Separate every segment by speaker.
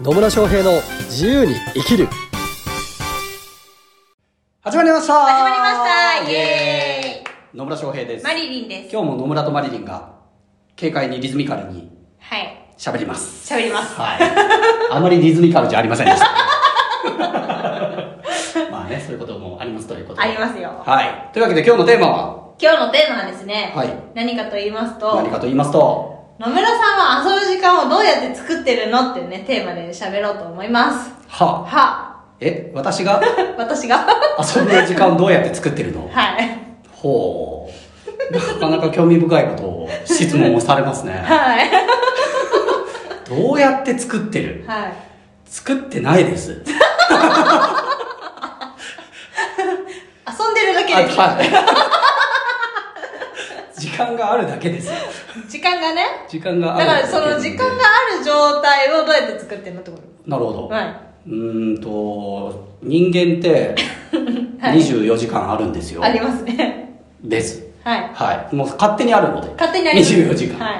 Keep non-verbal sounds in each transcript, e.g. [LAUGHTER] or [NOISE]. Speaker 1: 野村翔平の自由に生きる
Speaker 2: 始まりました
Speaker 3: 始まりましたイエ
Speaker 2: 野村翔平で
Speaker 3: ーイ
Speaker 2: す
Speaker 3: マリリンです
Speaker 2: 今日も野村とマリリンが軽快にリズミカルに
Speaker 3: はい
Speaker 2: 喋ります
Speaker 3: 喋ります [LAUGHS]
Speaker 2: はいあまりリズミカルじゃありませんでした [LAUGHS] まあねそういうこともありますということで
Speaker 3: ありますよ
Speaker 2: はいというわけで今日のテーマは
Speaker 3: 今日のテーマはですね、
Speaker 2: はい
Speaker 3: 何かと言いますと
Speaker 2: 何かと言いますと
Speaker 3: 野村さんは遊ぶ時間をどうやって作ってるのっていうねテーマで喋ろうと思います
Speaker 2: は
Speaker 3: は
Speaker 2: え私が [LAUGHS]
Speaker 3: 私が
Speaker 2: 遊ぶ時間をどうやって作ってるの
Speaker 3: はい
Speaker 2: ほうなかなか興味深いことを質問をされますね
Speaker 3: はい
Speaker 2: [LAUGHS] どうやって作ってる
Speaker 3: はい
Speaker 2: 作ってないです
Speaker 3: 遊んでるだけ
Speaker 2: あ
Speaker 3: です
Speaker 2: はい。 [LAUGHS] 時間があるだけです。
Speaker 3: 時間がね
Speaker 2: 時間が
Speaker 3: だ
Speaker 2: ある
Speaker 3: からそ
Speaker 2: け
Speaker 3: の
Speaker 2: で
Speaker 3: 時間がある状態をどうやって作ってるのってこ
Speaker 2: なるほど。
Speaker 3: とはいう
Speaker 2: ーんと、人間って
Speaker 3: [LAUGHS] はい
Speaker 2: 24時間あるんですよ。
Speaker 3: ありますね
Speaker 2: です。
Speaker 3: はい
Speaker 2: はい。もう勝手にあるので。
Speaker 3: 勝手にあります
Speaker 2: 24時間。
Speaker 3: はい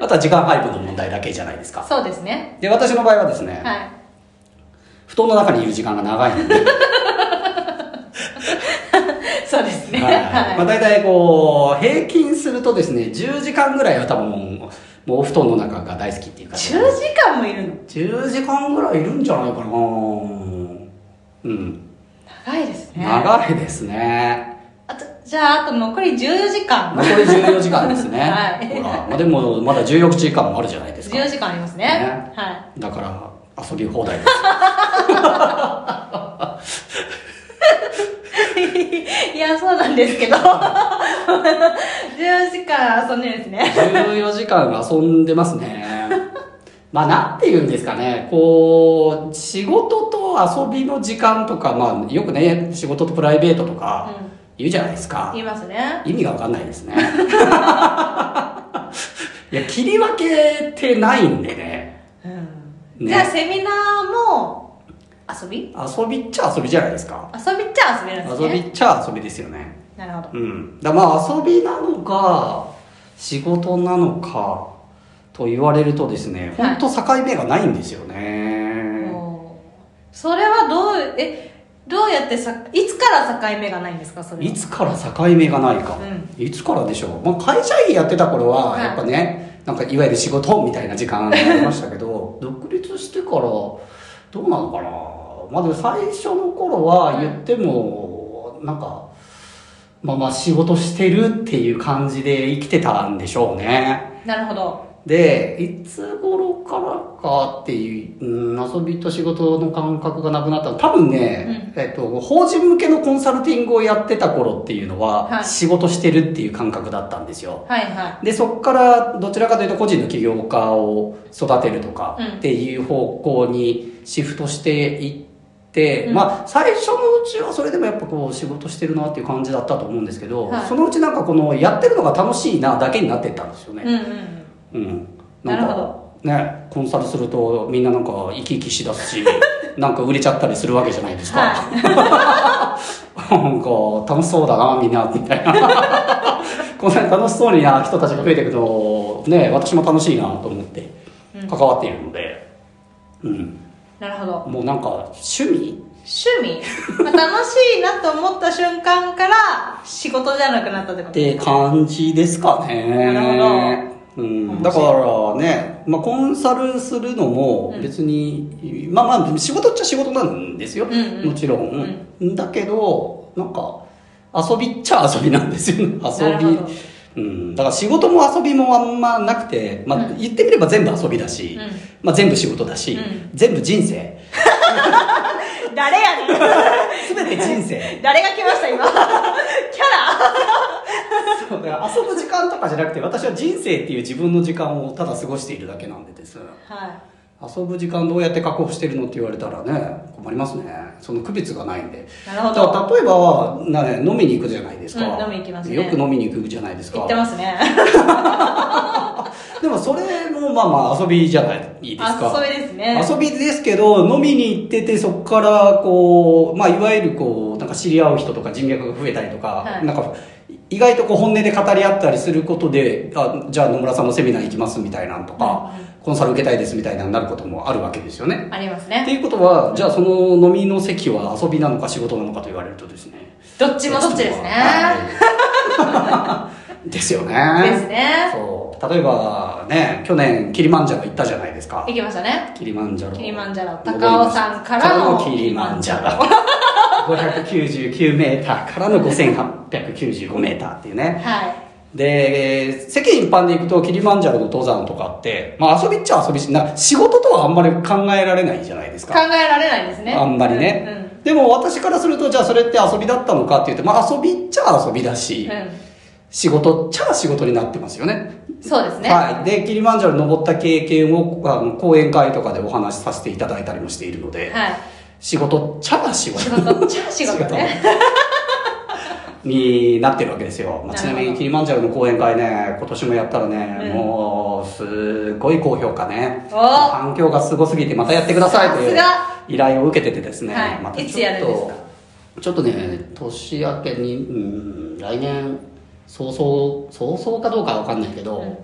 Speaker 2: あとは時間配分の問題だけじゃないですか。
Speaker 3: そうですね
Speaker 2: で、私の場合はですね、
Speaker 3: はい
Speaker 2: 布団の中にいる時間が長いので、はい
Speaker 3: そうですね
Speaker 2: まあ、大体こう、平均するとですね、10時間ぐらいは多分もう、もうお布団の中が大好きっていうか、
Speaker 3: 10時間もいるの
Speaker 2: 10時間ぐらいいるんじゃないかなうん。
Speaker 3: 長いですね
Speaker 2: 長いですね。
Speaker 3: あとじゃああと残り14時間
Speaker 2: 残り14時間 [LAUGHS] ですね。
Speaker 3: [LAUGHS] はい
Speaker 2: ほら、まあ、でもまだ14時間もあるじゃないですか。
Speaker 3: 14時間ありますね
Speaker 2: ね
Speaker 3: は
Speaker 2: だから、遊び放題です。
Speaker 3: い [LAUGHS] いやそうなんですけど14時間遊んでるんですね
Speaker 2: 14時間遊んでますね。まあ、なんて言うんですかね。こう、仕事と遊びの時間とか、まあ、よくね、仕事とプライベートとか
Speaker 3: うん
Speaker 2: 言うじゃないですか。
Speaker 3: 言いますね
Speaker 2: 意味がわかんないですね。いや、切り分けてないんでね。
Speaker 3: うん
Speaker 2: ね
Speaker 3: じゃあセミナーも遊び
Speaker 2: 遊びっちゃ遊びじゃないですか。
Speaker 3: 遊びっちゃ遊びなんです
Speaker 2: 遊
Speaker 3: ね
Speaker 2: びっちゃ遊びですよね。
Speaker 3: なるほど
Speaker 2: うん。だまあ、遊びなのか、仕事なのか、と言われるとですね、ほ
Speaker 3: はい
Speaker 2: んと境目がないんですよね。
Speaker 3: おーそれはどうえどうやってさいつから境目がないんですかそれはい
Speaker 2: つから境目がないか。いつからでしょう。まあ、会社員やってた頃は、
Speaker 3: はい
Speaker 2: やっぱね、なんかいわゆる仕事みたいな時間がありましたけど、独立してから、どうなのかな。まあ、でも最初の頃は言っても、なんか、まあまあ仕事してるっていう感じで生きてたんでしょうね。
Speaker 3: なるほど
Speaker 2: で、いつ頃からかっていう、うん、遊びと仕事の感覚がなくなったの多分ね、えっと、法人向けのコンサルティングをやってた頃っていうのは、
Speaker 3: はい
Speaker 2: 仕事してるっていう感覚だったんですよ。
Speaker 3: はいは
Speaker 2: で、そこからどちらかというと個人の起業家を育てるとか
Speaker 3: うん
Speaker 2: っていう方向にシフトしていって、
Speaker 3: うん
Speaker 2: まあ最初のうちはそれでもやっぱこう仕事してるなっていう感じだったと思うんですけど、
Speaker 3: はい
Speaker 2: そのうちなんかこのやってるのが楽しいなだけになってったんですよ
Speaker 3: い
Speaker 2: ね
Speaker 3: う。んうん
Speaker 2: うん、
Speaker 3: なる
Speaker 2: ん
Speaker 3: ほ
Speaker 2: か
Speaker 3: ど
Speaker 2: ねコンサルするとみんななんか生き生きしだ
Speaker 3: [LAUGHS]
Speaker 2: すしなんか売れちゃったりするわけじゃないですか、
Speaker 3: は
Speaker 2: なんか楽しそうだなみんなみた
Speaker 3: [LAUGHS]
Speaker 2: いなこんなに楽しそうにな人たちが増えていくとね私も楽しいなと思って
Speaker 3: い、うん
Speaker 2: 関わっているので、うん
Speaker 3: なるほど
Speaker 2: もうなんか趣味
Speaker 3: 趣味、まあ、楽しいなと思った瞬間から仕事じゃなくなったってこ
Speaker 2: っ
Speaker 3: と
Speaker 2: て感じですかね。
Speaker 3: なる
Speaker 2: う
Speaker 3: 面
Speaker 2: ん、だか
Speaker 3: 白
Speaker 2: らね、まあ、コンサルするのも
Speaker 3: うん
Speaker 2: 別に、まあまあ仕事っちゃ仕事なんですよ、
Speaker 3: うんうん
Speaker 2: もちろん、だけどなんか遊びっちゃ遊びなんですよね遊
Speaker 3: なる
Speaker 2: び
Speaker 3: ほど、
Speaker 2: うん、だから仕事も遊びもあんまなくて、まあ
Speaker 3: うん
Speaker 2: 言ってみれば全部遊びだし、
Speaker 3: う
Speaker 2: まあ、全部仕事だし、
Speaker 3: うん
Speaker 2: 全部人生
Speaker 3: ん、 [LAUGHS] 誰やね
Speaker 2: 全て人生
Speaker 3: [LAUGHS] ん誰が来ました今キャラ
Speaker 2: そうだから遊ぶ時間とかじゃなくて私は人生っていう自分の時間をただ過ごしているだけなんでです
Speaker 3: は
Speaker 2: 遊ぶ時間どうやって確保してるのって言われたらね困りますねその区別がないんで
Speaker 3: いなる
Speaker 2: だ
Speaker 3: ほ
Speaker 2: か
Speaker 3: ど
Speaker 2: ら例えばな、ね、飲みに行くじゃないですか、
Speaker 3: うん飲みに行きますね
Speaker 2: よく飲みに行くじゃないです
Speaker 3: 言
Speaker 2: か
Speaker 3: ってますね
Speaker 2: でもそれもまあまあ遊びじゃないいいですか
Speaker 3: 遊びですね
Speaker 2: 遊びですけど飲みに行っててそこからこう、まあ、いわゆるこうなんか知り合う人とか人脈が増えたりとか,、
Speaker 3: はい
Speaker 2: なんかい意外とこう本音で語り合ったりすることで、あ、じゃあ野村さんのセミナー行きますみたいなんとか、コンサル受けたいですみたいなになることもあるわけですよね。
Speaker 3: あります
Speaker 2: って
Speaker 3: ね
Speaker 2: いうことは、じゃあその飲みの席は遊びなのか仕事なのかと言われるとですね。
Speaker 3: どっちもどっちですね
Speaker 2: はい [LAUGHS] ですよね。
Speaker 3: ですね
Speaker 2: そう。例えばね、去年キリマンジャロ行ったじゃないですか
Speaker 3: 行。きましたね
Speaker 2: キリマンジャロ。
Speaker 3: キリマンジャロ高尾山からの
Speaker 2: キリマンジ
Speaker 3: [LAUGHS]
Speaker 2: ャロ。599メーターからの5895メーターっていうね。
Speaker 3: は
Speaker 2: で、えー世間一般で行くとキリマンジャロの登山とかって、まあ遊びっちゃ遊びし、な仕事とはあんまり考えられないじゃないです
Speaker 3: い考
Speaker 2: か。
Speaker 3: えられないですね
Speaker 2: あんまりね、
Speaker 3: うんうん
Speaker 2: でも私からすると、じゃあそれって遊びだったのかって言って、まあ遊びっちゃ遊びだし、
Speaker 3: う
Speaker 2: 仕事っちゃ仕事になってますよね。
Speaker 3: ん、そうですね、
Speaker 2: はい。で、キリマンジャロ登った経験を、あの、講演会とかでお話しさせていただいたりもしているので、
Speaker 3: はい、
Speaker 2: 仕事っちゃ [LAUGHS] 仕
Speaker 3: 仕
Speaker 2: 事
Speaker 3: 事じゃあ仕事ね
Speaker 2: になってるわけですよ。まあ、
Speaker 3: な
Speaker 2: ち
Speaker 3: る
Speaker 2: な
Speaker 3: ほど
Speaker 2: みにキリマンジャロの講演会ね、今年もやったらね、
Speaker 3: うん
Speaker 2: もう、すごい高評価ね。
Speaker 3: お
Speaker 2: 反響がすごすぎて、またやってくださいという
Speaker 3: さ
Speaker 2: 依頼を受けててですね、
Speaker 3: はい
Speaker 2: また
Speaker 3: いつやるんですか
Speaker 2: ちょっとね、年明けに、うん、来年、早々、早々かどうかはわかんないけど、
Speaker 3: うん
Speaker 2: ま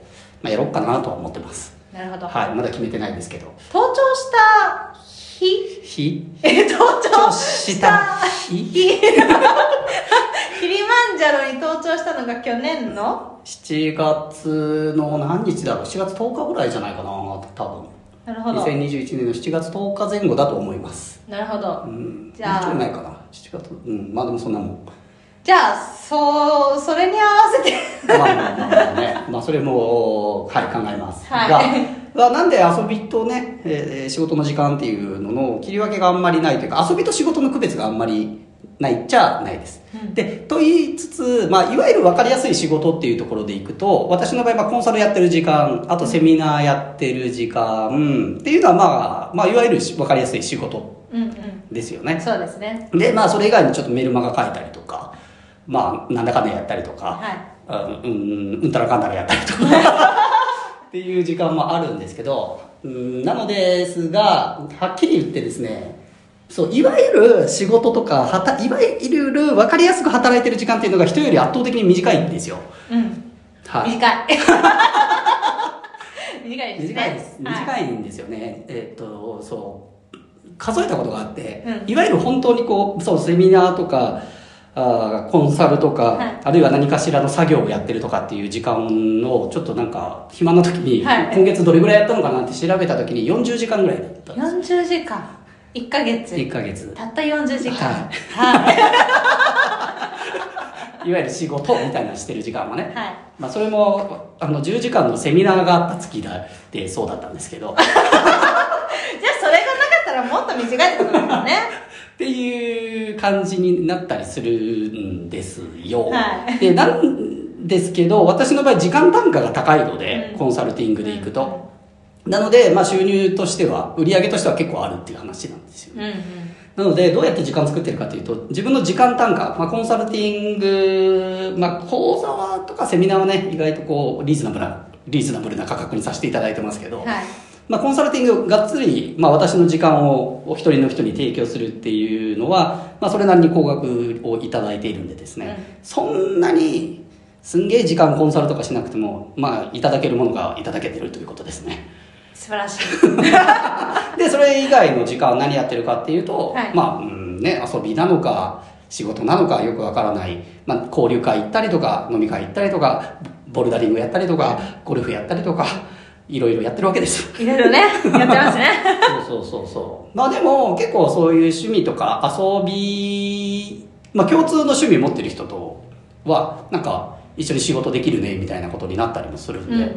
Speaker 2: あ、やろうかなとは思ってます。
Speaker 3: なるほど、
Speaker 2: はい、まだ決めてないですけど。
Speaker 3: 登頂した日 [LAUGHS]
Speaker 2: 日
Speaker 3: え登頂
Speaker 2: 下
Speaker 3: [LAUGHS]
Speaker 2: 日
Speaker 3: 日キリマンジャロに登頂したのが去年の
Speaker 2: 7月の何日だろう7月10日ぐらいじゃないかな多
Speaker 3: なるほ
Speaker 2: 分
Speaker 3: ど
Speaker 2: 2021年の7月10日前後だと思います
Speaker 3: なるほ
Speaker 2: う
Speaker 3: ど
Speaker 2: ん
Speaker 3: じゃあ
Speaker 2: もうちょいないかな7月うんまあでもそんなもん
Speaker 3: じゃあそうそれに合わせて
Speaker 2: まあまあまあまあね [LAUGHS] まあそれもはい考えます、
Speaker 3: はい
Speaker 2: ががなんで遊びとね、えー仕事の時間っていうのの切り分けがあんまりないというか遊びと仕事の区別があんまりないっちゃないです、
Speaker 3: うん
Speaker 2: でと言いつつ、まあ、いわゆる分かりやすい仕事っていうところでいくと私の場合はコンサルやってる時間あとセミナーやってる時間、っていうのは、まあ、まあいわゆる分かりやすい仕事
Speaker 3: うんうん
Speaker 2: ですよね
Speaker 3: そうですね
Speaker 2: でまあそれ以外にちょっとメルマガ書いたりとかまあなんだかんだやったりとか、
Speaker 3: はい
Speaker 2: あのうん、うんたらかんたらやったりとかっていう時間もあるんですけど、うん、なのですがはっきり言ってですねそういわゆる仕事とかはたいわゆる分かりやすく働いてる時間っていうのが人より圧倒的に短いんですよ、
Speaker 3: うん
Speaker 2: はい、
Speaker 3: 短い [LAUGHS] 短いですね
Speaker 2: 短いです
Speaker 3: は
Speaker 2: 短いんですよね、えっとそう数えたことがあって、
Speaker 3: うん
Speaker 2: いわゆる本当にこうそうセミナーとかあーコンサルとか、
Speaker 3: はい
Speaker 2: あるいは何かしらの作業をやってるとかっていう時間をちょっとなんか暇な時に、
Speaker 3: はい
Speaker 2: 今月どれぐらいやったのかなって調べた時に40時間ぐらいだったん
Speaker 3: い
Speaker 2: で
Speaker 3: 40時間1ヶ
Speaker 2: す
Speaker 3: 月
Speaker 2: 1ヶ月
Speaker 3: たった40時間
Speaker 2: は
Speaker 3: はい
Speaker 2: いわゆる仕事みたいなのしてる時間はね、
Speaker 3: はい
Speaker 2: まあ、それもあの10時間のセミナーがあった月だってそうだったんですけど
Speaker 3: じゃあそれがなかったらもっと短いってことですよね
Speaker 2: っていう感じになったりするんですよ。
Speaker 3: はい
Speaker 2: でなんですけど私の場合時間単価が高いので、
Speaker 3: うん
Speaker 2: コンサルティングでいくと。なので、まあ、収入としては売り上げとしては結構あるっていう話なんですよ。
Speaker 3: うんうん
Speaker 2: なのでどうやって時間作ってるかというと自分の時間単価、まあ、コンサルティング、まあ、講座はとかセミナーはね意外とこうリーズナブルなリーズナブルな価格にさせていただいてますけど、
Speaker 3: はい
Speaker 2: まあ、コンサルティングをがっつり、まあ、私の時間をお一人の人に提供するっていうのは、まあ、それなりに高額をいただいているんでですね、そんなにすんげえ時間コンサルとかしなくても、まあ、いただけるものがいただけてるということです
Speaker 3: [LAUGHS]
Speaker 2: ね
Speaker 3: 素晴らしい
Speaker 2: でそれ以外の時間は何やってるかっていうと、
Speaker 3: はい
Speaker 2: まあ、うんね遊びなのか仕事なのかよくわからない、まあ、交流会行ったりとか飲み会行ったりとかボルダリングやったりとかゴルフやったりとかいろいろやってるわけです
Speaker 3: いろいろねやってますね
Speaker 2: そうそうそうそう。まあでも結構そういう趣味とか遊び、まあ共通の趣味持ってる人とは、なんか一緒に仕事できるねみたいなことになったりもするん
Speaker 3: う
Speaker 2: で、
Speaker 3: んうん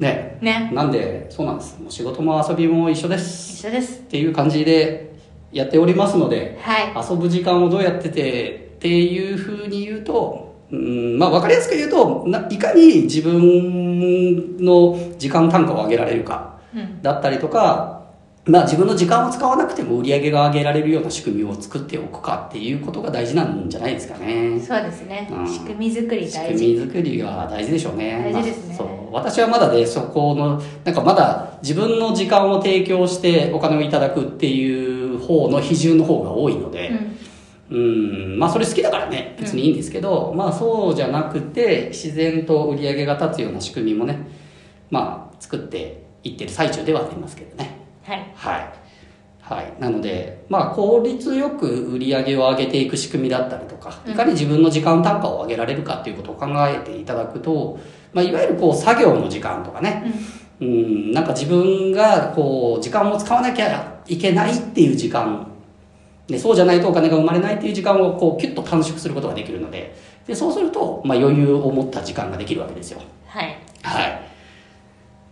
Speaker 2: ね。
Speaker 3: ね
Speaker 2: なんで、そうなんです。もう仕事も遊びも一緒です。
Speaker 3: 一緒です
Speaker 2: っていう感じでやっておりますので、
Speaker 3: はい
Speaker 2: 遊ぶ時間をどうやっててっていうふうに言うと、うんまあ、分かりやすく言うとないかに自分の時間単価を上げられるか
Speaker 3: うん
Speaker 2: だったりとか、まあ、自分の時間を使わなくても売り上げが上げられるような仕組みを作っておくかっていうことが大事なんじゃないですかね。
Speaker 3: そうですね
Speaker 2: うん
Speaker 3: 仕組み作り
Speaker 2: 仕
Speaker 3: 大
Speaker 2: 組
Speaker 3: 事
Speaker 2: み作りが大事でしょうね。
Speaker 3: 大事ですね
Speaker 2: まあそう私はまだで、そこの、なんかまだ自分の時間を提供してお金をいただくっていう方の比重の方が多いので、
Speaker 3: うん
Speaker 2: うんまあそれ好きだからね別にいいんですけど、まあそうじゃなくて自然と売り上げが立つような仕組みもねまあ作っていってる最中ではありますけどね
Speaker 3: はい
Speaker 2: はいはいなのでまあ効率よく売り上げを上げていく仕組みだったりとか
Speaker 3: うん
Speaker 2: いかに自分の時間単価を上げられるかっていうことを考えていただくと、まあ、いわゆるこう作業の時間とかねうん、なんか自分がこう時間を使わなきゃいけないっていう時間でそうじゃないとお金が生まれないっていう時間をこうキュッと短縮することができるのででそうすると、まあ、余裕を持った時間ができるわけですよ
Speaker 3: はい
Speaker 2: はい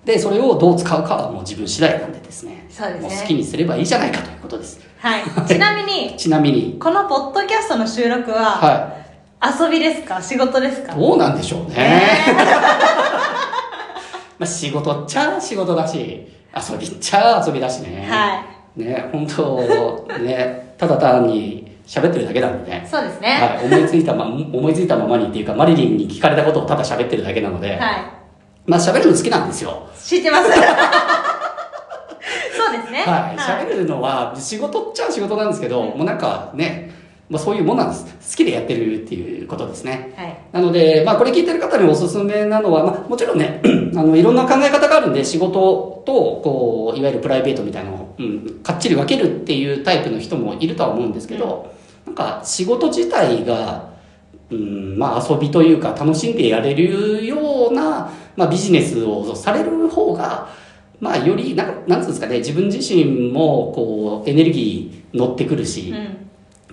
Speaker 2: でそれをどう使うかはもう自分次第なんでですね
Speaker 3: そうです
Speaker 2: も
Speaker 3: ね
Speaker 2: う好きにすればいいじゃないかということです
Speaker 3: はいちなみに
Speaker 2: ちなみに
Speaker 3: このポッドキャストの収録は
Speaker 2: は
Speaker 3: 遊びですか仕事ですか
Speaker 2: いどうなんでしょうね、まあ仕事っちゃ仕事だし遊びっちゃ遊びだしね
Speaker 3: は
Speaker 2: ね本当ねただ単に喋ってるだけなんで
Speaker 3: い
Speaker 2: ね、
Speaker 3: そうですね
Speaker 2: はい、思いついたま思いついたままにっていうかマリリンに聞かれたことをただ喋ってるだけなので、
Speaker 3: は
Speaker 2: まあ喋るの好きなんですよ
Speaker 3: い知ってます [LAUGHS] そうですね
Speaker 2: はい喋るのは仕事っちゃ仕事なんですけど、
Speaker 3: うん
Speaker 2: もうなんかね、まあ、そういうもんなんです好きでやってるっていうことですね
Speaker 3: はい
Speaker 2: なので、まあ、これ聞いてる方におすすめなのは、まあ、もちろんね [CLEARS THROAT] あのいろんな考え方があるんで仕事とこういわゆるプライベートみたいなのを、うん、かっちり分けるっていうタイプの人もいるとは思うんですけど、なんか仕事自体が、うんまあ、遊びというか楽しんでやれるような、まあ、ビジネスをされる方が、まあ、よりなんかなんつうんですかね自分自身もこうエネルギー乗ってくるし、
Speaker 3: うん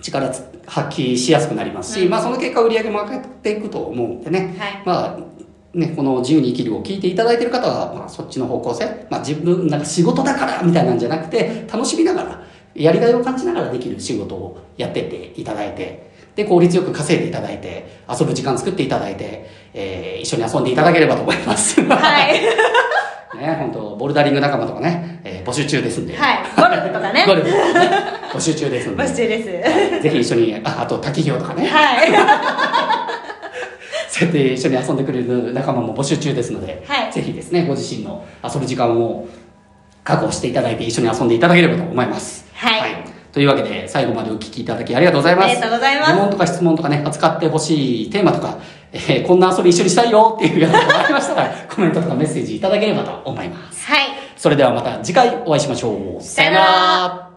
Speaker 2: 力つ発揮しやすくなりますし、
Speaker 3: うん
Speaker 2: まあその結果売り上げも上がっていくと思うんでね、
Speaker 3: はい
Speaker 2: まあね、この自由に生きるを聞いていただいている方は、まあ、そっちの方向性、まあ、自分なんか仕事だからみたいなんじゃなくて楽しみながらやりがいを感じながらできる仕事をやってっていただいてで効率よく稼いでいただいて遊ぶ時間作っていただいて、えー一緒に遊んでいただければと思います、
Speaker 3: はい
Speaker 2: [LAUGHS] ね本当ボルダリング仲間とかね、えー募集中ですんで、
Speaker 3: はいゴルフとか
Speaker 2: [LAUGHS]
Speaker 3: ね
Speaker 2: ゴルフとかね募集中ですんで
Speaker 3: [LAUGHS] 募集です
Speaker 2: はいぜひ一緒にああと滝行とかね
Speaker 3: は
Speaker 2: そうやって一緒に遊んでくれる仲間も募集中ですので、
Speaker 3: はい
Speaker 2: ぜひですねご自身の遊ぶ時間を確保していただいて一緒に遊んでいただければと思います。
Speaker 3: はい
Speaker 2: というわけで最後までお聞きいただきありがとうございます。
Speaker 3: ありがとうございます
Speaker 2: 疑問とか質問とかね扱ってほしいテーマとか、えーこんな遊び一緒にしたいよっていうやつがありました
Speaker 3: [LAUGHS]
Speaker 2: らコメントとかメッセージいただければと思います。
Speaker 3: いはい
Speaker 2: それではまた次回お会いしましょう。
Speaker 3: さよなら